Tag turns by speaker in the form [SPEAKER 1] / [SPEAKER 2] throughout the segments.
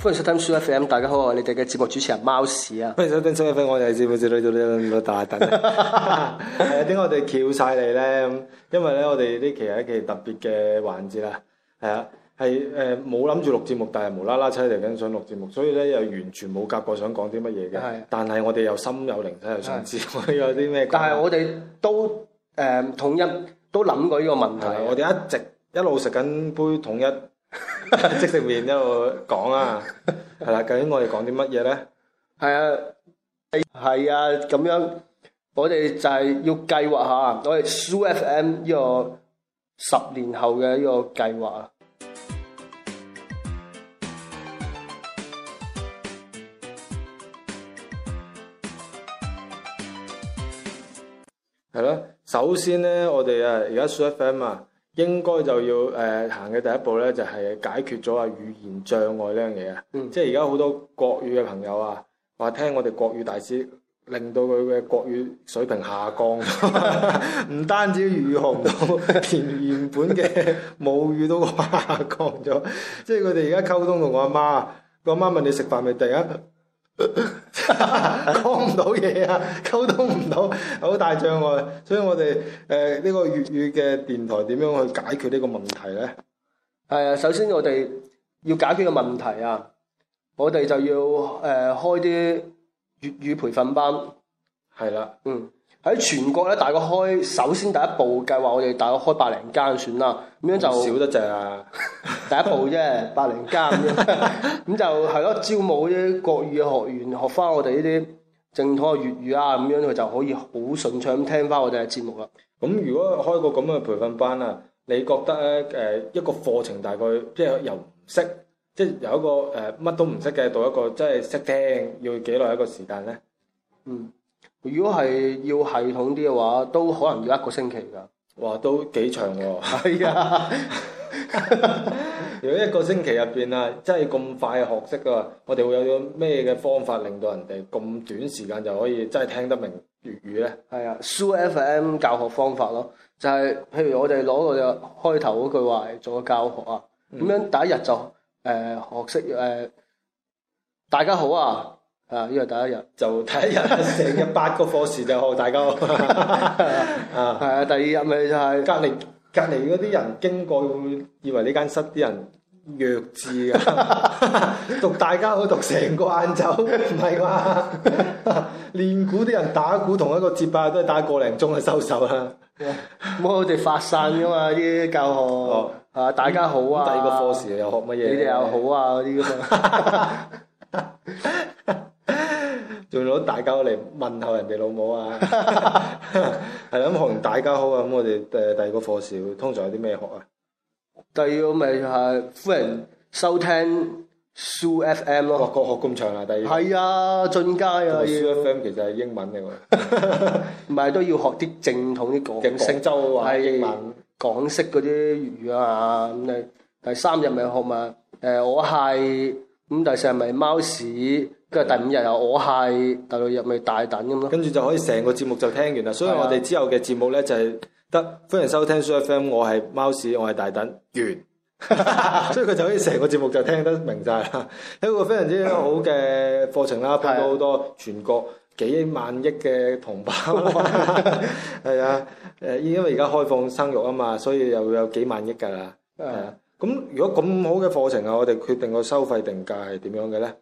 [SPEAKER 1] 歡迎收聽 Soo FM，大家好，我係你哋嘅節目主持人貓屎啊！
[SPEAKER 2] 不如想聽收一分，我哋節目就嚟到呢度大等。係 啊，點解我哋翹晒你咧？咁因為咧，我哋呢期係一期特別嘅環節啦。係啊，係誒冇諗住錄節目，但係無啦啦出嚟緊想錄節目，所以咧又完全冇夾過想講啲乜嘢
[SPEAKER 1] 係
[SPEAKER 2] 嘅。但係我哋又心有靈犀，又想知我哋有啲咩講。啊
[SPEAKER 1] 但係我哋都誒、統一都諗過呢個問題
[SPEAKER 2] 係啊，我哋一直一路食緊杯統一即食麵一路講啊。係啦，究竟我哋講啲乜嘢咧？
[SPEAKER 1] 係啊，係啊，咁樣我哋就係要計劃下我哋 Soo FM 呢個十年後嘅呢個計劃啊！
[SPEAKER 2] 係咯，首先咧，我哋啊而家 s FM 啊，應該就要誒、呃行嘅第一步咧，就係、解決咗啊語言障礙呢樣嘢啊。
[SPEAKER 1] 嗯
[SPEAKER 2] 即係而家好多國語嘅朋友啊，話聽我哋國語大師，令到佢嘅國語水平下降， 唔單止語學唔到， 連原本嘅母語都下降咗。即係佢哋而家溝通同我阿媽啊，個阿媽問你食飯未，突然間 講唔到嘢啊， 溝通唔到，好大障礙。所以我哋誒呢個粵語嘅電台點樣去解決呢個問題咧？
[SPEAKER 1] 係啊，首先我哋要解決嘅問題啊，我哋就要誒、開啲粵語培訓班。
[SPEAKER 2] 係啦，
[SPEAKER 1] 嗯，喺全國咧，大概開首先第一步計劃，我哋大概開百零間算啦，咁樣就
[SPEAKER 2] 少得滯啊！
[SPEAKER 1] 第一步啫，百零間咁樣， 咁就係咯，招募啲國語嘅學員學翻我哋呢啲正統嘅粵語啊，咁樣佢就可以好順暢咁聽翻我哋嘅節目啦。
[SPEAKER 2] 咁如果開個咁嘅培訓班啊，你覺得咧誒、一個課程大概即係由唔識，即係由一個誒乜、都唔識嘅到一個即係識聽，要幾耐一個時間咧？
[SPEAKER 1] 嗯，如果係要系統啲嘅話，都可能要一個星期㗎。
[SPEAKER 2] 哇，都幾長喎、
[SPEAKER 1] 係啊，
[SPEAKER 2] 如果一個星期入邊啊，真係咁快學識啊，我哋會有啲咩嘅方法令到人哋咁短時間就可以真係聽得明粵語咧？
[SPEAKER 1] 係啊，Soo FM 教學方法咯，就係、譬如我哋攞我哋開頭嗰句話嚟做個教學啊，
[SPEAKER 2] 嗯
[SPEAKER 1] 咁樣第一日就誒、學識誒、大家好啊，啊呢個第一日。
[SPEAKER 2] 就第一日成日八個課時就學大家好啊！
[SPEAKER 1] 係啊，第二日咪就係、
[SPEAKER 2] 隔離隔離嗰啲人經過會以為呢間室啲人弱智啊！ 讀大家好讀成個晏晝，唔係啩？ 練鼓啲人打鼓同一個節拍都係打個零鐘就收手啦。
[SPEAKER 1] 冇我哋發散噶嘛啲教學，
[SPEAKER 2] 哦
[SPEAKER 1] 啊大家好啊，
[SPEAKER 2] 咁第二個課時又學乜
[SPEAKER 1] 你
[SPEAKER 2] 嘢？
[SPEAKER 1] 哋又好啊嗰啲噶嘛，
[SPEAKER 2] 仲攞大家嚟問候人哋老母啊！ 係啦，咁學完大家好啊，咁我哋誒第二個課時會通常有啲咩學啊？
[SPEAKER 1] 第二個咪就係歡迎收聽 Soo FM
[SPEAKER 2] 哇，
[SPEAKER 1] 咯，
[SPEAKER 2] 個學咁長啊！第二個
[SPEAKER 1] 哦係啊進階啊
[SPEAKER 2] 同埋
[SPEAKER 1] 要，
[SPEAKER 2] 書 FM 其實係英文嚟 喎，
[SPEAKER 1] 唔係都要學啲正統啲港
[SPEAKER 2] 嘅
[SPEAKER 1] 式
[SPEAKER 2] 廣州話
[SPEAKER 1] 係
[SPEAKER 2] 英文。
[SPEAKER 1] 港式嗰啲粵語啊咁你第三日咪學埋誒、我係，咁第四日咪貓屎，跟住第五日又我係，第六日咪大等咁咯。
[SPEAKER 2] 跟住就可以成個節目就聽完啦。所以
[SPEAKER 1] 係啊
[SPEAKER 2] 我哋之後嘅節目咧就係、得歡迎收聽 s FM，我係貓屎，我係大等完， 所以佢就可以成個節目就聽得明晒啦。一個非常之好嘅課程啦，幫到好多全國幾萬億嘅同胞啦， 係啊，誒，因為而家開放生育啊嘛，所以又會有幾萬億㗎啦。係啊，咁如果咁好嘅課程啊，我哋決定個收費定價係點樣嘅咧？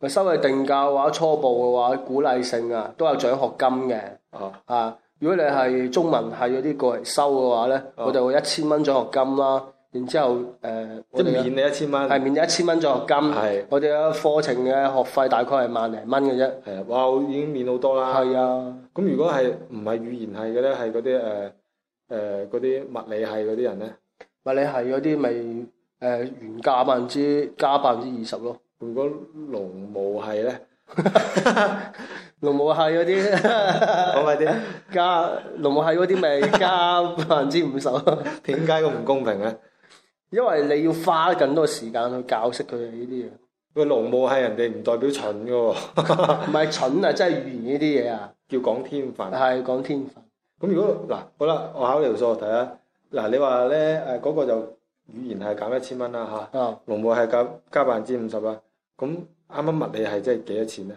[SPEAKER 1] 咪收佢定價嘅話，初步嘅話，鼓勵性啊，都有獎學金嘅
[SPEAKER 2] 啊！
[SPEAKER 1] 啊。如果你係中文系嗰啲過嚟收嘅話咧，
[SPEAKER 2] 哦
[SPEAKER 1] 我哋會一千蚊獎學金啦。然之後誒、呃我
[SPEAKER 2] 即係
[SPEAKER 1] 哋嘅
[SPEAKER 2] 免你一千蚊，
[SPEAKER 1] 係免一千蚊獎學金。
[SPEAKER 2] 係
[SPEAKER 1] 我哋嘅課程嘅學費大概係萬零蚊嘅啫。
[SPEAKER 2] 係啊，哇，已經免好多啦。
[SPEAKER 1] 係啊，
[SPEAKER 2] 咁如果係唔係語言系嘅咧，係嗰啲誒誒嗰啲物理系嗰啲人咧，
[SPEAKER 1] 咪你係嗰啲咪誒原價百分之加百分之二十 咯。
[SPEAKER 2] 如果農務系咧，
[SPEAKER 1] 農務系嗰啲
[SPEAKER 2] 講快啲，
[SPEAKER 1] 加農務系嗰啲咪加百分之五十咯。
[SPEAKER 2] 點解咁唔公平咧？
[SPEAKER 1] 因為你要花更多時間去教識佢哋呢啲嘢，
[SPEAKER 2] 個農務系人哋唔代表蠢嘅喎，
[SPEAKER 1] 唔係蠢啊，真係語言呢啲嘢啊，
[SPEAKER 2] 要講天分。
[SPEAKER 1] 係講天分。
[SPEAKER 2] 咁如果嗱好啦，我考條數睇下，嗱，你話咧誒嗰個就語言係減一千蚊啦嚇，
[SPEAKER 1] 啊，
[SPEAKER 2] 農務係減加百分之五十啦。咁啱啱物理係即係幾多錢咧？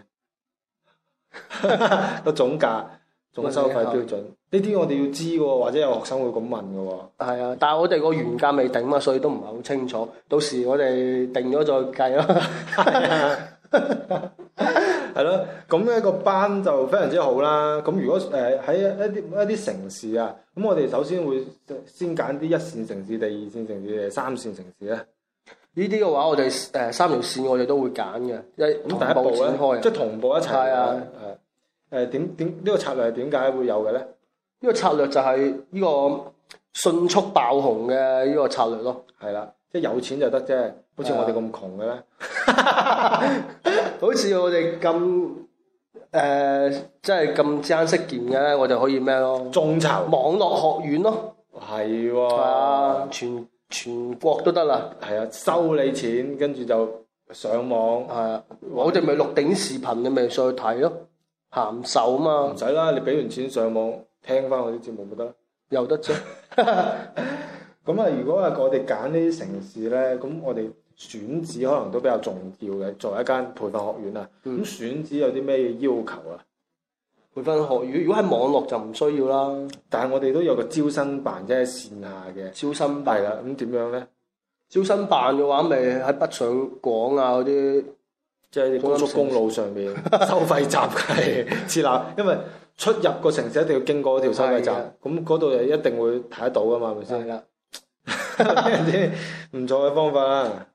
[SPEAKER 2] 個總價、總收費標準呢啲我哋要知嘅喎，或者有學生會咁問嘅喎。
[SPEAKER 1] 係啊，但係我哋個原價未定嘛，所以都唔係好清楚。到時我哋定咗再計 咯。
[SPEAKER 2] 係咯，咁呢個班就非常之好啦。咁如果誒喺一啲一啲城市啊，咁我哋首先會先揀啲一線城市、第二線城市、第三線城市啊咧。
[SPEAKER 1] 呢啲嘅話，我哋誒三條線我哋都會揀嘅，一
[SPEAKER 2] 咁
[SPEAKER 1] 同
[SPEAKER 2] 第一步
[SPEAKER 1] 步展開
[SPEAKER 2] 咧，
[SPEAKER 1] 啊
[SPEAKER 2] 即。係同步一齊嚟
[SPEAKER 1] 係啊
[SPEAKER 2] 啦。誒誒點點呢個策略係點解會有嘅咧？
[SPEAKER 1] 呢個策略就係呢個迅速爆紅嘅呢個策略咯。
[SPEAKER 2] 係啦，即係有錢就得啫，好似我哋咁窮嘅咧。
[SPEAKER 1] 好似我哋咁誒，即係咁爭識劍嘅咧，我就可以咩咯？
[SPEAKER 2] 眾籌
[SPEAKER 1] 網絡學院咯，
[SPEAKER 2] 係
[SPEAKER 1] 係
[SPEAKER 2] 喎
[SPEAKER 1] 啊，，全全國都得啦，
[SPEAKER 2] 係啊，收你錢，跟住就上網
[SPEAKER 1] 係啊，我哋咪錄頂視頻，你咪上去睇咯，函授啊嘛，
[SPEAKER 2] 唔使啦，你俾完錢上網聽翻我啲節目咪得啦。
[SPEAKER 1] 又得啫。
[SPEAKER 2] 咁啊，如果啊我哋揀呢啲城市咧，咁我哋選址可能都比較重要嘅。作為一間培訓學院啊，咁、
[SPEAKER 1] 嗯
[SPEAKER 2] 選址有啲咩要求啊？
[SPEAKER 1] 培訓學院如果喺網絡就唔需要啦，
[SPEAKER 2] 但係我哋都有個招生辦，即係線下嘅。
[SPEAKER 1] 招生
[SPEAKER 2] 係
[SPEAKER 1] 辦，
[SPEAKER 2] 啦，咁點樣咧？
[SPEAKER 1] 招生辦嘅話咪喺北上廣啊嗰啲。
[SPEAKER 2] 即係高速公路上面 收費站係設立，因為出入個城市一定要經過嗰條收費
[SPEAKER 1] 係啊
[SPEAKER 2] 站，咁嗰度就一定會睇得到噶嘛，係咪
[SPEAKER 1] 係
[SPEAKER 2] 先？
[SPEAKER 1] 啦，
[SPEAKER 2] 非常之唔錯嘅啊方法啦。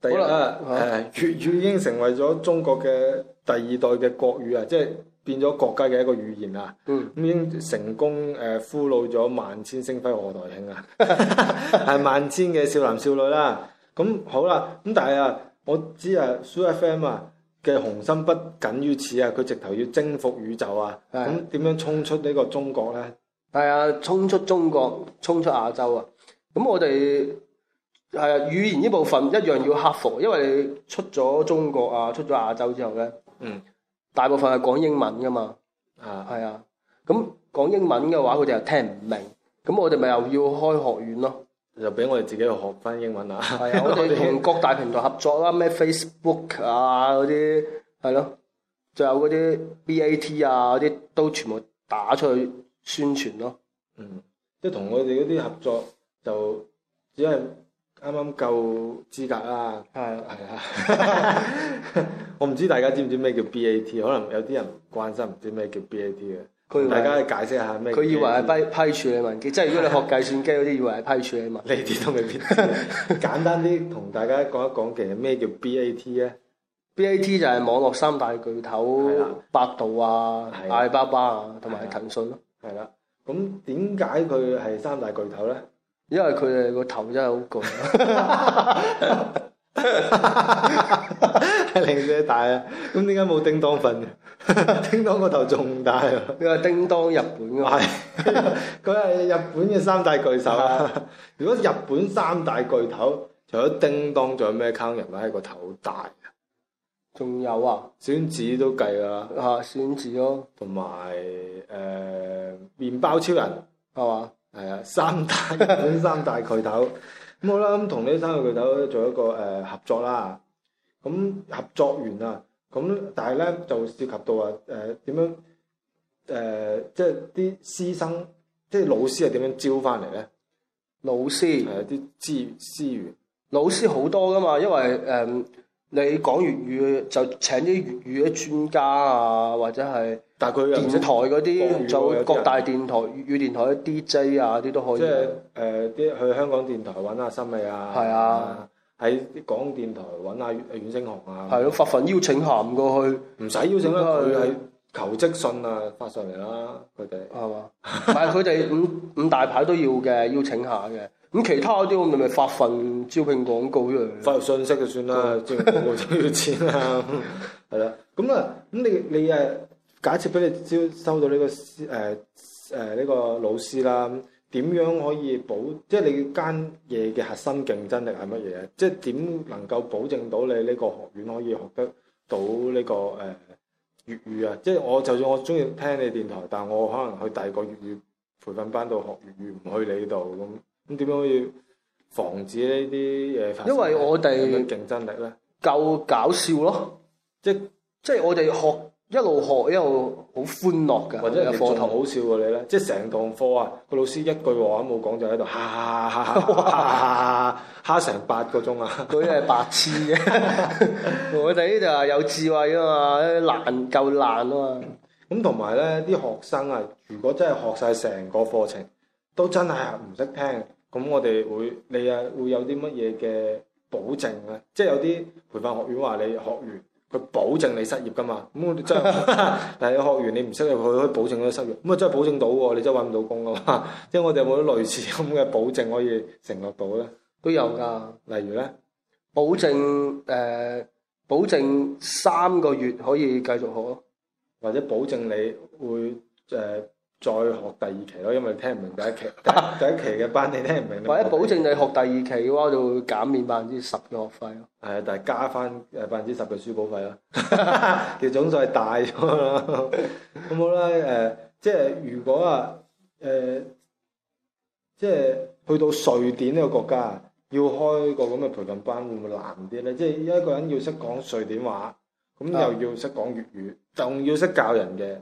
[SPEAKER 2] 第一
[SPEAKER 1] 好
[SPEAKER 2] 啦，
[SPEAKER 1] 啦啊
[SPEAKER 2] 誒粵語已經成為咗中國嘅第二代嘅國語啊，即係變咗國家嘅一個語言啊。
[SPEAKER 1] 嗯，
[SPEAKER 2] 咁已經成功誒俘虜咗萬千星輝賀台慶啊， 係萬千嘅少男少女啦。咁好啦，咁但係啊，我知啊，Soo FM 啊嘅雄心不僅於此啊，佢直頭要征服宇宙啊。
[SPEAKER 1] 係
[SPEAKER 2] 咁點樣衝出呢個中國咧？
[SPEAKER 1] 係啊，衝出中國，衝出亞洲啊！咁我哋係啊，語言呢部分一樣要克服，因為你出咗中國啊，出咗亞洲之後咧，
[SPEAKER 2] 嗯，
[SPEAKER 1] 大部分係講英文噶嘛，
[SPEAKER 2] 啊，
[SPEAKER 1] 係啊，咁講英文嘅話，佢哋又聽唔明，咁我哋咪又要開學院咯，
[SPEAKER 2] 就俾我哋自己去學翻英文啦。
[SPEAKER 1] 係 啊，我哋同各大平台合作啦，咩 Facebook 啊嗰啲，係咯，仲有嗰啲 BAT 啊嗰啲都全部打出去宣傳咯。
[SPEAKER 2] 嗯，即係同我哋嗰啲合作就只係啱啱夠資格啦。
[SPEAKER 1] 係
[SPEAKER 2] 係啊， 我唔知大家知唔知咩叫 BAT，可能有啲人唔關心，唔知咩叫 BAT 嘅。
[SPEAKER 1] 佢以為
[SPEAKER 2] 大家解釋下咩？
[SPEAKER 1] 佢以為係批批處理文件，即係如果你學計算機嗰啲，以為係批處理 文。
[SPEAKER 2] 呢啲都未必知。簡單啲同大家講一講，其實咩叫 BAT 咧？
[SPEAKER 1] BAT 就係網絡三大巨頭
[SPEAKER 2] 係啦，
[SPEAKER 1] 百度啊、
[SPEAKER 2] 係啦
[SPEAKER 1] 阿里巴巴啊，同埋
[SPEAKER 2] 係啦
[SPEAKER 1] 騰訊咯。
[SPEAKER 2] 係啦，咁點解佢係三大巨頭咧？
[SPEAKER 1] 因為佢哋個頭真係好啊巨，
[SPEAKER 2] 係零舍大啊！咁點解冇叮當份嘅？ 叮當個頭仲大啊！
[SPEAKER 1] 你話叮當日本㗎嘛？
[SPEAKER 2] 係， 佢係日本嘅三大巨手 啊！如果日本三大巨頭，除咗叮當，仲有咩坑人物係個頭大？
[SPEAKER 1] 仲有啊
[SPEAKER 2] 小丸子都計㗎啦，
[SPEAKER 1] 嚇選字咯，
[SPEAKER 2] 同埋誒麵包超人
[SPEAKER 1] 係嘛？
[SPEAKER 2] 係啊，三大日本三大巨頭。咁好啦，咁同呢三個巨頭做一個誒、呃合作啦。咁合作完啊，咁但係咧就涉及到啊誒點樣誒、呃即係啲師生，即係老師係點樣招翻嚟咧？
[SPEAKER 1] 老師，
[SPEAKER 2] 係啊啲資資源
[SPEAKER 1] 老師好多㗎嘛，因為誒、嗯你講粵語就請啲粵語嘅專家啊，或者係
[SPEAKER 2] 但係佢又唔
[SPEAKER 1] 電
[SPEAKER 2] 識
[SPEAKER 1] 台嗰
[SPEAKER 2] 國語
[SPEAKER 1] 啲，
[SPEAKER 2] 喎
[SPEAKER 1] 仲有
[SPEAKER 2] 有啲
[SPEAKER 1] 各
[SPEAKER 2] 人
[SPEAKER 1] 大電台粵語電台嘅 DJ 啊，啲都可以。
[SPEAKER 2] 即係誒啲去香港電台揾下森美啊，
[SPEAKER 1] 係啊，
[SPEAKER 2] 喺港電台揾下阮星航啊，
[SPEAKER 1] 係咯，發份邀請函過去，
[SPEAKER 2] 唔使邀請
[SPEAKER 1] 應
[SPEAKER 2] 啦，佢
[SPEAKER 1] 該係
[SPEAKER 2] 係求職信啊發上嚟啦，佢哋
[SPEAKER 1] 係 嘛？唔係佢哋五五大牌都要嘅，邀請下嘅。咁其他嗰啲我咪咪發份招聘廣告出嚟。
[SPEAKER 2] 發條信息就算啦，政府都要錢啦，係啦，咁啊，咁你你誒假設俾你招收到呢個師誒誒呢個老師啦，咁點樣可以保，即係你間嘢嘅核心競爭力係乜嘢？啊即係點能夠保證到你呢個學院可以學得到呢、個誒、呃、粵語啊？即係我就算我中意聽你電台，但我可能去第二個粵語培訓班度學粵語，唔去你度咁，咁點樣可以防止呢啲嘢發生？
[SPEAKER 1] 因為我哋
[SPEAKER 2] 有咩競爭力咧，
[SPEAKER 1] 夠搞笑咯，
[SPEAKER 2] 即係
[SPEAKER 1] 即係我哋學一路學一路好歡樂㗎，
[SPEAKER 2] 或者
[SPEAKER 1] 我哋
[SPEAKER 2] 人哋
[SPEAKER 1] 嘅課
[SPEAKER 2] 仲
[SPEAKER 1] 堂。
[SPEAKER 2] 好笑過你咧，即係成堂課啊，個老師一句話都冇講就喺度哈哈哈哈哈哈哈哈成八個鐘啊！
[SPEAKER 1] 嗰啲係白痴 啫，我哋呢度係有智慧啊嘛，難夠難啊嘛，
[SPEAKER 2] 咁同埋咧，啲學生啊，如果真係學晒成個課程，都真係唔識聽，咁我哋會你啊會有啲乜嘢嘅保證咧？即係有啲培訓學院話你學完，佢保證你失業噶嘛。咁我哋真 係， 但係你學完你唔識，佢可以保證你失業。咁啊真係保證到喎，你真係揾唔到工啊嘛。 即係我哋有冇啲類似咁嘅保證可以承諾到咧？
[SPEAKER 1] 都有㗎。
[SPEAKER 2] 例如咧，
[SPEAKER 1] 保證誒、呃保證三個月可以繼續學咯。
[SPEAKER 2] 或者保證你會誒、呃再學第二期咯，因為你聽唔明第一期，第一第一期嘅班你聽唔明。
[SPEAKER 1] 或者保證你
[SPEAKER 2] 學。
[SPEAKER 1] 學第二期嘅話，就會減免百分之十嘅學費咯。
[SPEAKER 2] 係啊，但係加翻誒百分之十嘅書簿費啦， 條總數係大咗啦。咁 好啦，誒、即係如果啊，誒、即係去到瑞典呢個國家，要開個咁嘅培訓班，會唔會難啲咧？即係一個人要識講瑞典話，咁
[SPEAKER 1] 啊
[SPEAKER 2] 又要識講粵語，仲要識教人嘅，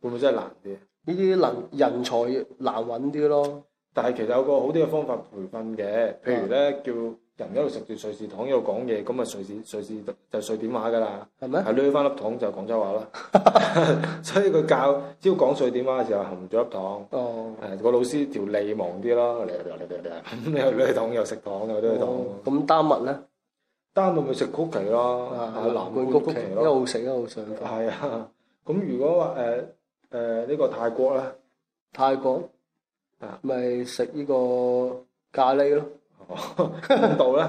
[SPEAKER 2] 會唔會真係難啲？
[SPEAKER 1] 呢啲能人才難揾啲咯。
[SPEAKER 2] 但係其實有個好啲嘅方法培訓嘅，譬如咧叫人一路食住瑞士糖一路講嘢，咁啊瑞士瑞士就瑞典話㗎啦。
[SPEAKER 1] 係咩？
[SPEAKER 2] 係攣翻粒糖就係廣州話啦， 所以佢教只要講瑞典話嘅時候含咗粒糖，
[SPEAKER 1] 哦，
[SPEAKER 2] 誒個老師條脷忙啲咯，嚟嚟嚟嚟嚟咁你又攣糖又食糖又攣糖，
[SPEAKER 1] 哦咁丹麥咧，
[SPEAKER 2] 單咪咪食曲奇咯，
[SPEAKER 1] 啊
[SPEAKER 2] 係
[SPEAKER 1] 藍
[SPEAKER 2] 藍
[SPEAKER 1] 罐
[SPEAKER 2] 罐
[SPEAKER 1] 曲
[SPEAKER 2] 曲
[SPEAKER 1] 奇
[SPEAKER 2] 奇
[SPEAKER 1] 一
[SPEAKER 2] 咯，
[SPEAKER 1] 路食一路上課。
[SPEAKER 2] 係啊，咁如果話誒誒呢個泰國咧，
[SPEAKER 1] 泰國
[SPEAKER 2] 啊
[SPEAKER 1] 咪食呢個咖喱咯，
[SPEAKER 2] 印度咧，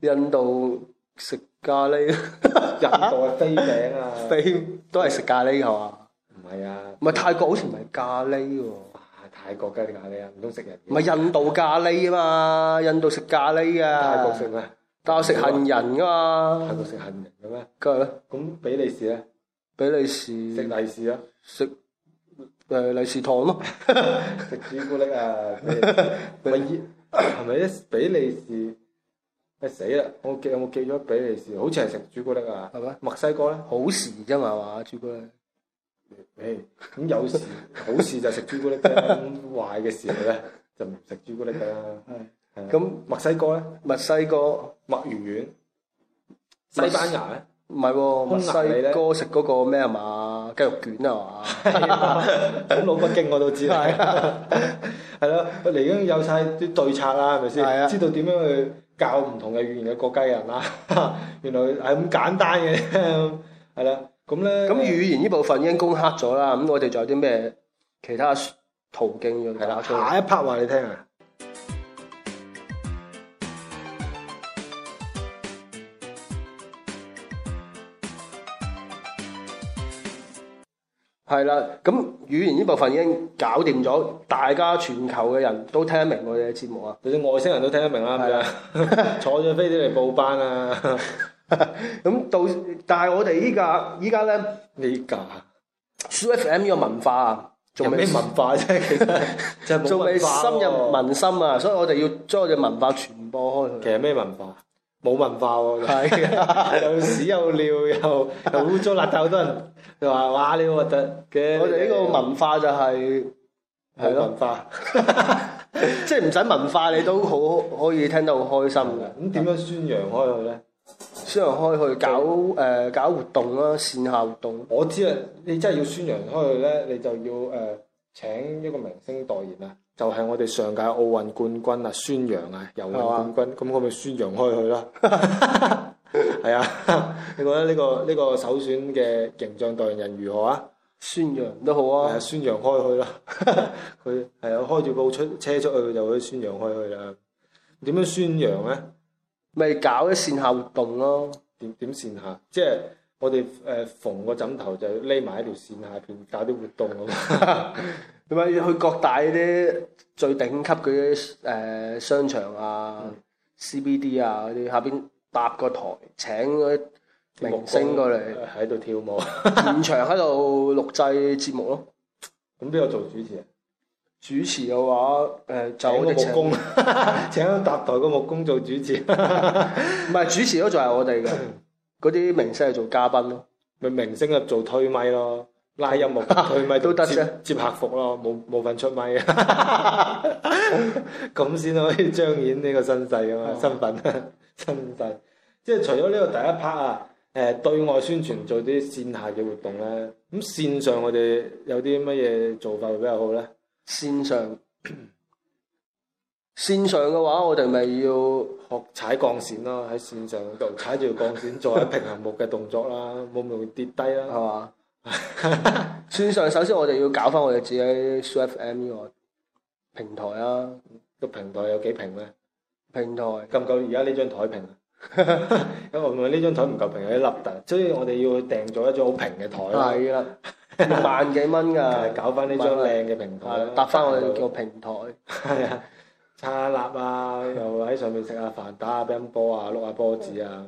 [SPEAKER 1] 印度食咖喱，
[SPEAKER 2] 印度係飛餅啊，
[SPEAKER 1] 非都係食咖喱係嘛？
[SPEAKER 2] 唔係啊，
[SPEAKER 1] 唔係泰國好似唔係咖喱喎。
[SPEAKER 2] 哇泰國梗係咖喱啊，唔通食人嘅？
[SPEAKER 1] 唔係印度咖喱啊嘛，印度食咖喱啊，
[SPEAKER 2] 泰國食咩？
[SPEAKER 1] 但我食杏仁噶嘛，
[SPEAKER 2] 泰國食杏仁嘅咩？
[SPEAKER 1] 梗係啦，
[SPEAKER 2] 咁比利時咧
[SPEAKER 1] 比利
[SPEAKER 2] 食
[SPEAKER 1] 時
[SPEAKER 2] 利是啊？
[SPEAKER 1] 食誒利是糖 咯，
[SPEAKER 2] 食朱古力啊！比利時係咪一比利時？誒死啦！我記有冇記咗比利時？好似係食朱古力啊！
[SPEAKER 1] 係咪？
[SPEAKER 2] 墨西哥咧，
[SPEAKER 1] 好時啫嘛，係嘛朱古力，
[SPEAKER 2] 誒咁有時好事就食朱古力啫，咁壞嘅時候咧就唔食朱古力㗎啦。係啊
[SPEAKER 1] 咁
[SPEAKER 2] 墨西哥咧，
[SPEAKER 1] 墨西哥
[SPEAKER 2] 墨魚
[SPEAKER 1] 墨
[SPEAKER 2] 丸。西班牙咧，
[SPEAKER 1] 唔係喎，墨西
[SPEAKER 2] 匈牙利呢
[SPEAKER 1] 哥食嗰個咩係嘛雞肉卷啊 嘛，
[SPEAKER 2] 咁老北京我都知啦。係咯，我哋已經有晒啲對策啦，係咪
[SPEAKER 1] 係啊
[SPEAKER 2] 先？知道點樣去教唔同嘅語言嘅國家嘅人啦。 原來係咁簡單嘅 啫，係啦。咁咧，
[SPEAKER 1] 咁語言呢部分已經攻克咗啦，咁我哋仲有啲咩其他途徑要
[SPEAKER 2] 係
[SPEAKER 1] 打
[SPEAKER 2] 啦，
[SPEAKER 1] 出？
[SPEAKER 2] 下一 part 話你聽啊。
[SPEAKER 1] 係啦，咁語言呢部分已經搞掂咗，大家全球嘅人都聽得明我哋嘅節目啊！
[SPEAKER 2] 就算外星人都聽得明啦，咁
[SPEAKER 1] 啊
[SPEAKER 2] 樣 坐咗飛機嚟報班啊，
[SPEAKER 1] 咁到，但係我哋依家依家咧
[SPEAKER 2] 呢架
[SPEAKER 1] ，SooFM 呢個文化啊，
[SPEAKER 2] 仲
[SPEAKER 1] 仲
[SPEAKER 2] 咩
[SPEAKER 1] 未
[SPEAKER 2] 文化啫？其實就 係冇
[SPEAKER 1] 仲未
[SPEAKER 2] 文化
[SPEAKER 1] 深入
[SPEAKER 2] 喎。
[SPEAKER 1] 民心啊，所以我哋要將我哋文化傳播開
[SPEAKER 2] 其
[SPEAKER 1] 去。
[SPEAKER 2] 實咩文化？冇文化 喎，
[SPEAKER 1] 係啊，
[SPEAKER 2] 有屎有尿又又污糟邋遢，好多人 就話哇你好核突嘅。
[SPEAKER 1] 我哋呢個文化就係 係
[SPEAKER 2] 係
[SPEAKER 1] 咯，
[SPEAKER 2] 文化。
[SPEAKER 1] 即係唔使文化你都好可以聽得好開心嘅。
[SPEAKER 2] 咁點樣宣揚開佢咧？
[SPEAKER 1] 宣揚開去搞誒、呃搞活動啦，線下活動。
[SPEAKER 2] 我知啊，你真係要宣揚開佢咧，你就要誒、呃、請一個明星代言啊，就係、我哋上屆奧運冠軍啊，孫楊啊，游
[SPEAKER 1] 係
[SPEAKER 2] 泳冠軍，咁我咪宣揚開 佢啦。係啊，你覺得呢、個呢、個首選嘅形象代言人如何啊？
[SPEAKER 1] 宣揚都好
[SPEAKER 2] 係
[SPEAKER 1] 啊
[SPEAKER 2] 啊，，宣揚開佢啦， 佢係啊，開住部出車出去佢就會宣揚開佢啦。點樣宣揚咧？
[SPEAKER 1] 咪搞啲線下活動咯，
[SPEAKER 2] 點點線下，即係我哋誒縫個枕頭就匿埋喺條線下邊搞啲活動咁。
[SPEAKER 1] 你咪去各大啲最頂級嗰啲誒商場啊、CBD 啊嗰啲，下邊搭個台請嗰啲 明星過嚟
[SPEAKER 2] 喺度跳舞。
[SPEAKER 1] 現場喺度錄製節目咯。
[SPEAKER 2] 咁邊個做主持啊？
[SPEAKER 1] 主持嘅話，誒、就
[SPEAKER 2] 請
[SPEAKER 1] 我
[SPEAKER 2] 個
[SPEAKER 1] 哋
[SPEAKER 2] 木
[SPEAKER 1] 請，
[SPEAKER 2] 工， 請個搭台個木工做主持，
[SPEAKER 1] 唔係主持都仲係我哋嘅，嗰啲明星係做嘉賓咯。
[SPEAKER 2] 咪明星啊做推咪咯，拉 音樂推咪
[SPEAKER 1] 都得
[SPEAKER 2] 接
[SPEAKER 1] 啫，
[SPEAKER 2] 接客服咯，冇冇份出咪 啊，咁先可以彰顯呢個身世啊嘛，
[SPEAKER 1] 哦
[SPEAKER 2] 身份 身世。即係除咗呢個第一 part 啊，誒對外宣傳做啲線下嘅活動咧，咁線上我哋有啲乜嘢做法會比較好咧？
[SPEAKER 1] 線上線上嘅話，我哋咪要。
[SPEAKER 2] 學踩鋼線咯，喺線上度踩住鋼線做下平衡木嘅動作啦，冇咁容易跌低啦。
[SPEAKER 1] 係嘛？ 線上首先我哋要搞翻我哋自己 SooFM 呢個平台啊，
[SPEAKER 2] 個平台有幾平咧？
[SPEAKER 1] 平台
[SPEAKER 2] 夠唔夠而家呢張台平 啊？因為我咪呢張台唔夠平，有啲凹凸，所以我哋要訂咗一張好平嘅台啦，
[SPEAKER 1] 係啦，萬幾蚊
[SPEAKER 2] 係
[SPEAKER 1] 㗎，
[SPEAKER 2] 搞翻呢張靚嘅平台啦啊
[SPEAKER 1] 係，搭翻我哋個平台，
[SPEAKER 2] 係啊，叉臘啊，又喺上面食下飯，打下乒乓波啊，碌下波子啊，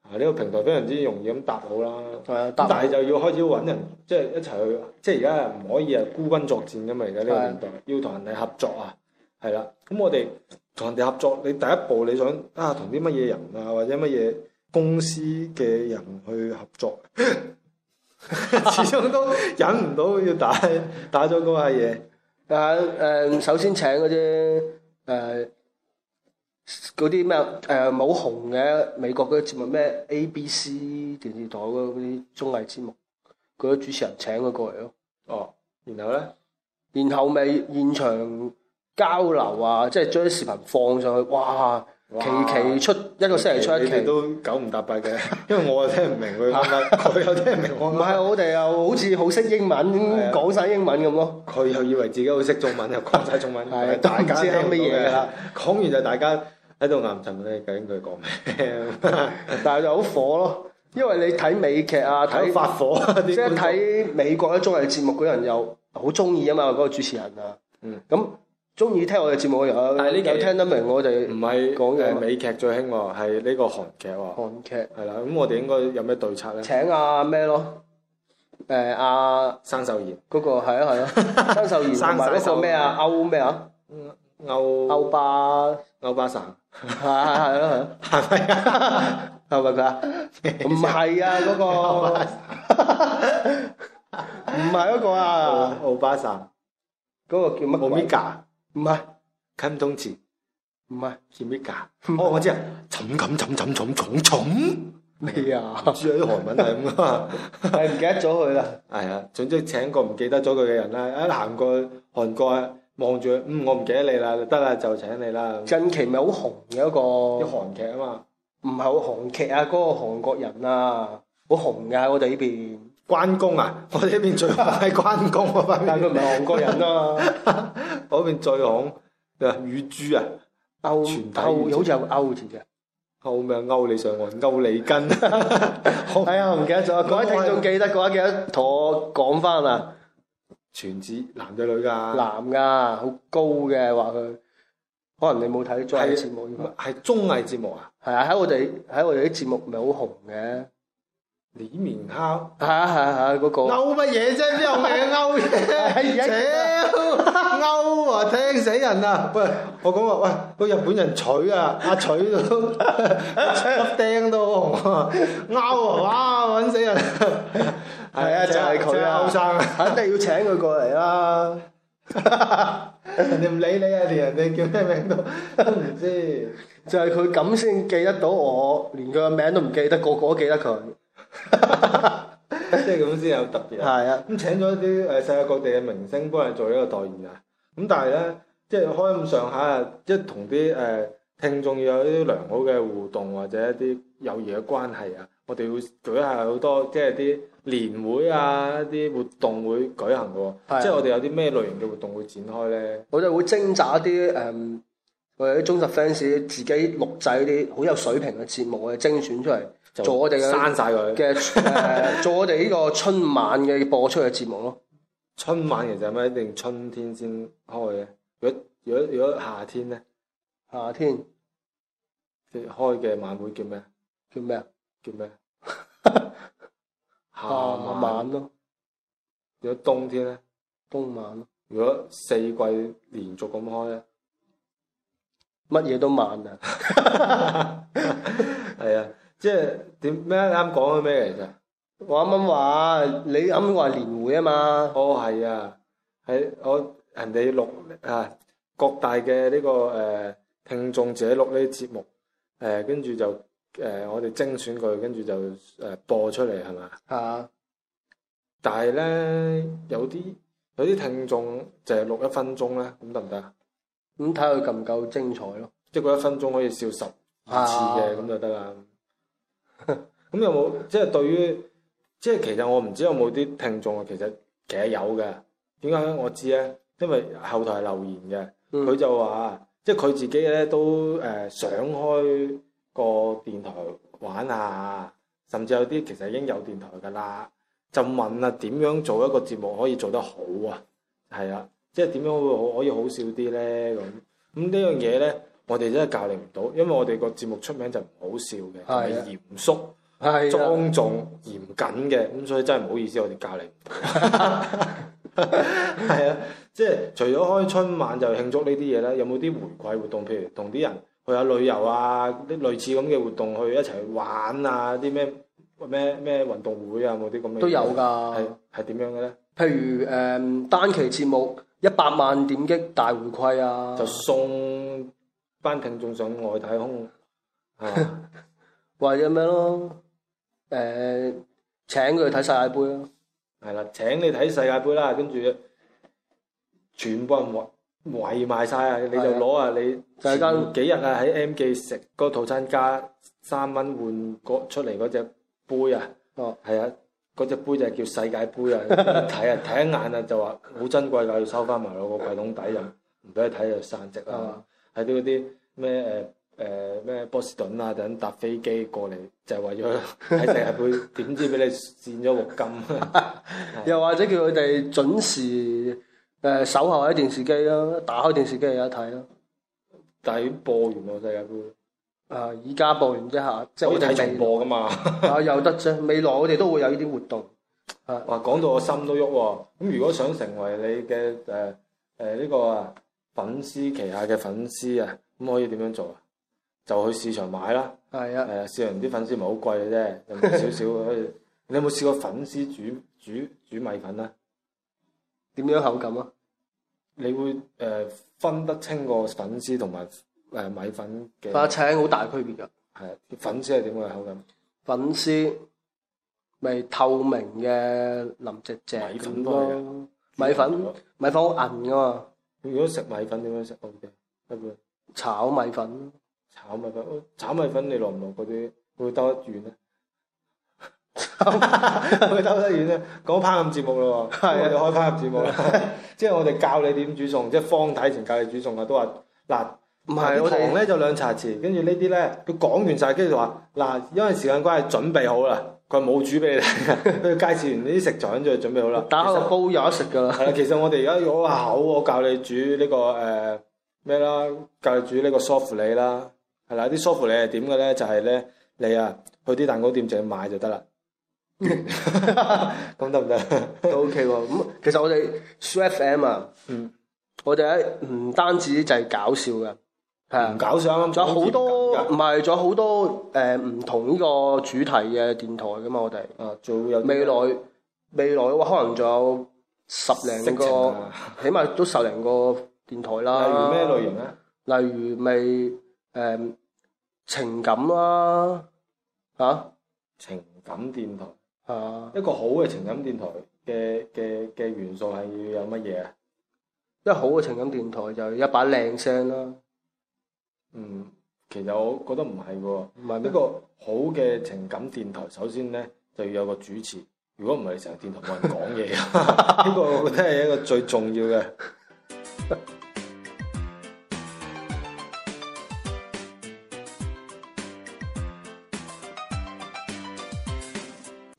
[SPEAKER 2] 啊呢個平台非常之容易咁搭好啦。
[SPEAKER 1] 係啊，
[SPEAKER 2] 但
[SPEAKER 1] 搭
[SPEAKER 2] 係就要開始揾人，即係一齊去，即係而家唔可以啊孤軍作戰噶嘛，而家呢個年代要同人哋合作啊，係啦。咁我哋同人哋合作，你第一步你想啊同啲乜嘢人啊，或者乜嘢公司嘅人去合作， 始終都忍唔到要打打咗嗰下嘢。
[SPEAKER 1] 但係誒，首先請嗰啲誒嗰啲咩誒冇紅嘅美國嗰啲節目咩 ABC 電視台嗰啲綜藝節目，嗰啲主持人請佢過嚟咯。
[SPEAKER 2] 哦，然後咧，
[SPEAKER 1] 然後咪現場交流啊，即係將啲視頻放上去，哇！期期出一個星期出一
[SPEAKER 2] 你哋
[SPEAKER 1] 期，
[SPEAKER 2] 都九唔搭八嘅，因為我又聽唔 明佢講乜，佢又聽唔明我
[SPEAKER 1] 唔
[SPEAKER 2] 講乜
[SPEAKER 1] 係我哋又好似好識英文
[SPEAKER 2] 係啊，
[SPEAKER 1] 講晒英文咁咯。
[SPEAKER 2] 佢又以為自己好識中文，又講晒中文，
[SPEAKER 1] 係
[SPEAKER 2] 大
[SPEAKER 1] 都
[SPEAKER 2] 家
[SPEAKER 1] 唔知
[SPEAKER 2] 聽
[SPEAKER 1] 係乜嘢
[SPEAKER 2] 啦。講完就大家喺度吟沉咧，究竟佢講咩？
[SPEAKER 1] 但係就好火咯，因為你睇美劇啊，
[SPEAKER 2] 睇到
[SPEAKER 1] 睇
[SPEAKER 2] 發火啊！啲
[SPEAKER 1] 即係
[SPEAKER 2] 觀眾
[SPEAKER 1] 睇美國啲綜藝節目嗰啲人又好中意啊嘛，嗰個主持人啊
[SPEAKER 2] 嗯，
[SPEAKER 1] 咁中意聽我哋節目嘅
[SPEAKER 2] 但係呢
[SPEAKER 1] 人
[SPEAKER 2] 期
[SPEAKER 1] 有聽得明我
[SPEAKER 2] 唔
[SPEAKER 1] 哋
[SPEAKER 2] 係
[SPEAKER 1] 講嘢
[SPEAKER 2] 誒美劇最興喎，係呢個韓劇喎，
[SPEAKER 1] 韓劇，
[SPEAKER 2] 係啦。咁我哋應該有咩對策咧？
[SPEAKER 1] 請阿咩咯，誒阿
[SPEAKER 2] 生鏽炎、
[SPEAKER 1] 嗰個係啊係 啊，張秀賢同埋嗰個咩啊歐咩啊
[SPEAKER 2] 歐
[SPEAKER 1] 歐巴
[SPEAKER 2] 歐巴神，
[SPEAKER 1] 係係係咯係咯。
[SPEAKER 2] 係咪啊？
[SPEAKER 1] 係咪佢啊？唔係啊，嗰、 個唔係嗰個啊，
[SPEAKER 2] 奧哦巴神、
[SPEAKER 1] 嗰、個叫乜鬼？
[SPEAKER 2] Omega、
[SPEAKER 1] 唔係
[SPEAKER 2] 金東池、
[SPEAKER 1] 唔係
[SPEAKER 2] Omega。哦，我知啊，重咁重重重重重，
[SPEAKER 1] 咩啊？
[SPEAKER 2] 唔知啊啲韓文係咁啊。
[SPEAKER 1] 係唔記得咗佢啦。
[SPEAKER 2] 係啊，總之請個唔記得咗佢嘅人啦，一行過韓國啊望住佢，嗯，我唔記得你啦，得啦就請你啦。
[SPEAKER 1] 近期咪好紅嘅一個，唔
[SPEAKER 2] 啲韓劇啊嘛，
[SPEAKER 1] 係好韓劇啊，嗰、個韓國人啊，好紅嘅喺我哋呢邊，
[SPEAKER 2] 關公啊， 我哋呢邊最紅係關公啊，反
[SPEAKER 1] 但係佢唔係韓國人 啊。
[SPEAKER 2] 我邊最紅你話乳豬啊，
[SPEAKER 1] 歐
[SPEAKER 2] 全體語
[SPEAKER 1] 歐
[SPEAKER 2] 言
[SPEAKER 1] 好似有個歐字嘅。
[SPEAKER 2] 後面啊勾你上岸，勾你 根，
[SPEAKER 1] 係啊，唔記得 咗。各位聽眾記得嘅話，記得同我講翻啊。
[SPEAKER 2] 全指男嘅女㗎，
[SPEAKER 1] 男噶，好高嘅話佢，可能你冇睇綜藝節目呢個。
[SPEAKER 2] 係綜藝節目啊，
[SPEAKER 1] 係啊，喺我哋喺我哋啲節目咪好紅嘅。
[SPEAKER 2] 李明烤
[SPEAKER 1] 係啊係啊係啊，嗰個
[SPEAKER 2] 勾乜嘢啫？邊有名勾
[SPEAKER 1] 係
[SPEAKER 2] 嘢？
[SPEAKER 1] 啊
[SPEAKER 2] 勾啊，聽死人啊！喂，我講話喂，個日本人取啊，阿取都粒釘都好紅啊，勾啊，哇，揾死人！
[SPEAKER 1] 係 啊，就係佢啊，
[SPEAKER 2] 歐生啊，
[SPEAKER 1] 肯定要請佢過嚟啦。
[SPEAKER 2] 人哋唔理你啊，連人哋叫咩名都都唔知。
[SPEAKER 1] 就係佢咁先記得到我，連佢個名都唔記得，個個都記得佢。
[SPEAKER 2] 即係咁先有特別啊！
[SPEAKER 1] 係啊，
[SPEAKER 2] 咁請咗啲呃誒世界各地嘅明星幫你做呢個代言啊！咁但係咧，即係開咁上下啊，即係同啲誒聽眾要有啲良好嘅互動或者一啲友誼嘅關係啊！我哋會舉下好多即係啲年會啊、一啲活動會舉行嘅喎、
[SPEAKER 1] 係啊
[SPEAKER 2] 即係我哋有啲咩類型嘅活動會展開咧？
[SPEAKER 1] 我哋會徵集一啲誒、嗯我哋啲忠實 fans 自己錄製啲好有水平嘅節目，我哋精選出嚟
[SPEAKER 2] 就
[SPEAKER 1] 做我哋嘅
[SPEAKER 2] 刪晒佢。
[SPEAKER 1] 嘅誒，做我哋呢個春晚嘅播出嘅節目咯。
[SPEAKER 2] 春晚其實係咪一定春天先開嘅？如果如果如果夏天咧，
[SPEAKER 1] 夏天
[SPEAKER 2] 佢開嘅晚會叫咩？
[SPEAKER 1] 叫咩啊？
[SPEAKER 2] 叫咩？夏
[SPEAKER 1] 夏
[SPEAKER 2] 晚。
[SPEAKER 1] 啊晚咯，
[SPEAKER 2] 如果冬天咧，
[SPEAKER 1] 冬晚咯，
[SPEAKER 2] 如果四季連續咁開咧，
[SPEAKER 1] 乜嘢都晚啊！
[SPEAKER 2] 係啊，即係點咩啱講緊咩其實？
[SPEAKER 1] 我啱啱話你啱啱話年會啊嘛，
[SPEAKER 2] 哦，係啊，喺我人哋錄啊，各大嘅呢、個誒、呃、聽眾自己錄呢啲節目，誒跟住就誒、呃我哋精選佢，跟住就誒、呃播出嚟係嘛？
[SPEAKER 1] 啊
[SPEAKER 2] 但係咧有啲有啲聽眾就係錄一分鐘咧，咁得唔得啊？
[SPEAKER 1] 咁睇佢夠唔夠精彩咯。
[SPEAKER 2] 即係嗰一分鐘可以笑十二次嘅咁就得啦。 咁有冇即係對於即係其實我唔知有冇啲聽眾啊，其實其實有嘅。點解我知咧？因為後台留言嘅。
[SPEAKER 1] 嗯
[SPEAKER 2] 佢就話，即係佢自己咧都誒、呃想開個電台玩下，甚至有啲其實已經有電台㗎啦。就問啊，點樣做一個節目可以做得好啊？係啊，即係點樣會好可以好笑啲咧？咁咁呢樣嘢咧，我哋真係教你唔到，因為我哋個節目出名就唔好笑嘅，同埋
[SPEAKER 1] 係啊
[SPEAKER 2] 嚴肅、
[SPEAKER 1] 係啊
[SPEAKER 2] 莊重、嚴謹嘅，咁所以真係唔好意思，我哋教你唔到。 係啊，即係除咗開春晚就慶祝呢啲嘢啦，有冇啲回饋活動？譬如同啲人去下旅遊啊，啲類似咁嘅活動去一齊去玩啊，啲咩咩咩運動會啊，有冇啲咁嘅嘢
[SPEAKER 1] 都有
[SPEAKER 2] 係
[SPEAKER 1] 㗎。
[SPEAKER 2] 係點樣嘅咧？
[SPEAKER 1] 譬如誒、單期節目一百萬點擊大回饋啊，
[SPEAKER 2] 就送班聽眾上外太空，係嘛
[SPEAKER 1] 或者咩咯？誒、請佢睇世界盃啊咯。
[SPEAKER 2] 係啦，請你睇世界盃啦，跟住全部人圍圍埋晒啊！你就攞啊，你
[SPEAKER 1] 就係間
[SPEAKER 2] 前幾日啊喺 M 記食嗰個套餐加三蚊換個出嚟嗰只杯啊，
[SPEAKER 1] 哦，
[SPEAKER 2] 係啊，嗰只杯就係叫世界盃啊！ 睇啊睇一眼啊，就話好珍貴㗎，要收翻埋落個櫃桶底就唔俾你睇就散值啦
[SPEAKER 1] 啊。
[SPEAKER 2] 喺啲嗰啲咩誒誒咩波士頓啊等搭飛機過嚟，就係為咗睇世界 盃，點知俾你跣咗鑊金。啊哦
[SPEAKER 1] 又或者叫佢哋準時誒、守候喺電視機啦，打開電視機有得睇啊啦。
[SPEAKER 2] 但係播完喎世界盃，
[SPEAKER 1] 啊！而家播完之下，即係
[SPEAKER 2] 可以
[SPEAKER 1] 我
[SPEAKER 2] 睇
[SPEAKER 1] 哋
[SPEAKER 2] 重
[SPEAKER 1] 未
[SPEAKER 2] 播噶嘛？
[SPEAKER 1] 啊有得啫。未來我哋都會有呢啲活動。
[SPEAKER 2] 哇，講到我心都喐喎。咁如果想成為你嘅誒誒呢個啊粉絲旗下嘅粉絲啊，咁可以點樣做啊？就去市場買啦。
[SPEAKER 1] 係
[SPEAKER 2] 誒、
[SPEAKER 1] 啊，
[SPEAKER 2] 市場啲粉絲唔係好貴嘅啫，有冇少少可以。你有冇試過粉絲煮煮煮米粉啊？
[SPEAKER 1] 點樣口感啊？
[SPEAKER 2] 你會誒、呃分得清個粉絲同埋誒米粉嘅
[SPEAKER 1] 花青好大區別㗎。
[SPEAKER 2] 係啊粉絲係點嘅口感？
[SPEAKER 1] 粉絲咪透明嘅淋直直
[SPEAKER 2] 米粉
[SPEAKER 1] 咁
[SPEAKER 2] 都係
[SPEAKER 1] 咯。啊米粉米粉好韌㗎嘛，
[SPEAKER 2] 如果食米粉點樣食好啲？一般。
[SPEAKER 1] 炒米粉
[SPEAKER 2] 炒米粉，哦炒米粉你落唔落嗰啲會兜得 遠咧？會兜得遠咧？講烹飪節目咯喎，
[SPEAKER 1] 係啊
[SPEAKER 2] 咁我哋開烹飪節 目啦，即係我哋教你點煮餸，即係方太以前教你煮餸啊，都話嗱，
[SPEAKER 1] 唔係
[SPEAKER 2] 啲
[SPEAKER 1] 我
[SPEAKER 2] 糖
[SPEAKER 1] 哋
[SPEAKER 2] 咧就兩茶匙，跟住呢啲咧佢講完晒，跟住就話嗱，因為時間關係準備好啦，佢話冇煮俾你 睇啊嘅，佢介紹完呢啲食材跟住就準備好啦。
[SPEAKER 1] 打開
[SPEAKER 2] 其
[SPEAKER 1] 個
[SPEAKER 2] 實
[SPEAKER 1] 煲有得食㗎啦。
[SPEAKER 2] 係啦，啊其實我哋而家我話口，我教你煮呢、個誒咩啦，教你煮呢個梳芙里啦，係啦，啲梳芙里係點嘅咧？就係、咧，你啊去啲蛋糕店自己買就得啦。 咁得唔得？
[SPEAKER 1] 都 OK 喎。咁嗯其實我哋 s h f m 啊，
[SPEAKER 2] 嗯，
[SPEAKER 1] 我哋咧唔單止就係搞笑嘅，係
[SPEAKER 2] 唔
[SPEAKER 1] 啊，
[SPEAKER 2] 搞笑啱啱
[SPEAKER 1] 仲有好多
[SPEAKER 2] 講
[SPEAKER 1] 唔係，仲有好多誒唔同呢個主題嘅電台噶嘛，我哋
[SPEAKER 2] 啊，仲有啲
[SPEAKER 1] 未來未來嘅話，可能仲有十零個啊
[SPEAKER 2] 色情啊，
[SPEAKER 1] 起碼都十零個電台啦。
[SPEAKER 2] 例如咩類型咧？
[SPEAKER 1] 類型？例如咪誒、情感啦，嚇
[SPEAKER 2] 情感電台，
[SPEAKER 1] 係啊，
[SPEAKER 2] 一個好嘅情感電台嘅嘅嘅元素係要有乜嘢啊？
[SPEAKER 1] 一好嘅情感電台就一把靚聲啦，
[SPEAKER 2] 嗯，其實我覺得唔係喎。
[SPEAKER 1] 唔係
[SPEAKER 2] 一
[SPEAKER 1] 咩？
[SPEAKER 2] 個好嘅情感電台，首先咧就要有個主持。如果唔係，成個電台冇人講嘢。呢個我覺得係一個最重要嘅。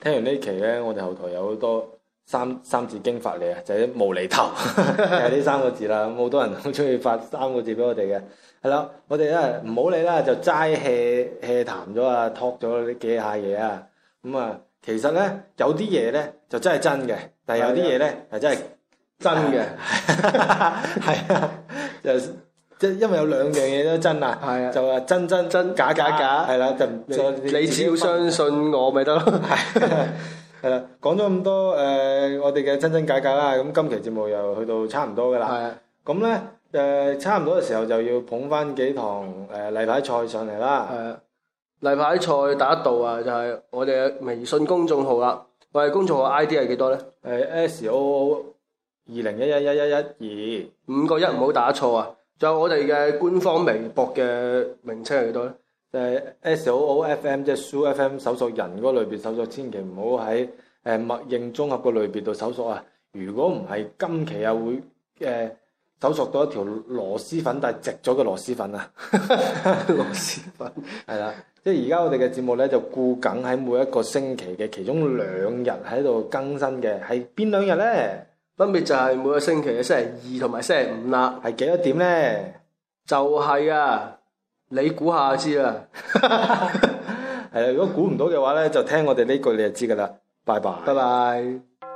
[SPEAKER 2] 聽完呢期咧，我哋後台有好多三三字經法嚟嘅，就係、啲無厘頭， 就係呢三個字啦。咁好多人好中意發三個字俾我哋嘅，係啦，我哋咧唔好理啦，就齋 hea hea 談咗啊，托咗呢幾下嘢啊，咁啊，其實咧有啲嘢咧就真係真嘅，但係有啲嘢咧係真 係
[SPEAKER 1] 真嘅，
[SPEAKER 2] 係啊，就即因為有兩樣嘢都真啊，
[SPEAKER 1] 係啊
[SPEAKER 2] 就話真真真假假
[SPEAKER 1] 假
[SPEAKER 2] 係啦，就唔再
[SPEAKER 1] 你只要
[SPEAKER 2] 自己分
[SPEAKER 1] 相信我咪得 咯。
[SPEAKER 2] 係啦，講咗咁多誒、呃我哋嘅真真假假啦，咁今期節目又去到差唔多噶
[SPEAKER 1] 係
[SPEAKER 2] 啦。
[SPEAKER 1] 啊，
[SPEAKER 2] 咁咧誒，差唔多嘅時候就要捧翻幾堂誒、呃例牌菜上嚟啦。
[SPEAKER 1] 係啊。例牌賽第一道啊，就係我哋嘅微信公眾號啦。我哋公眾號 I D 係幾多咧？
[SPEAKER 2] 誒、S O O 二零一一一一一二
[SPEAKER 1] 五個一唔好打錯啊！仲有我哋嘅官方微博嘅名稱係幾多 咧？
[SPEAKER 2] 就係 S O O F M 即係 s o F M 搜索人嗰個類別搜索，千祈唔好喺誒默認綜合個類別度搜索啊！如果唔係，今期啊會誒、呃搜索到一條螺絲粉，但係直咗嘅螺絲粉啊！
[SPEAKER 1] 螺絲粉。
[SPEAKER 2] 係啦，即係而家我哋嘅節目咧就固緊喺每一個星期嘅其中兩日喺度更新嘅，係邊兩日咧？
[SPEAKER 1] 分別就係每個星期嘅星期二同埋星期五啦。
[SPEAKER 2] 係幾多點咧？
[SPEAKER 1] 就係、啊，你估下知啊。
[SPEAKER 2] 係啦，如果估唔到嘅話咧，就聽我哋呢句你就知㗎啦。拜拜。
[SPEAKER 1] 拜拜。